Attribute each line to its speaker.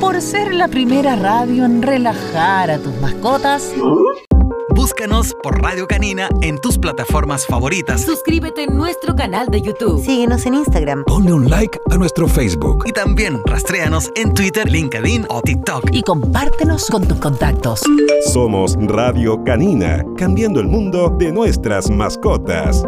Speaker 1: por ser la primera radio en relajar a tus mascotas,
Speaker 2: Búscanos por Radio Canina en tus plataformas favoritas
Speaker 3: Suscríbete en nuestro canal de YouTube.
Speaker 4: Síguenos en Instagram.
Speaker 5: Ponle un like a nuestro Facebook.
Speaker 2: y también rastréanos en Twitter, LinkedIn o TikTok.
Speaker 1: y compártenos con tus contactos.
Speaker 6: Somos Radio Canina, cambiando el mundo de nuestras mascotas.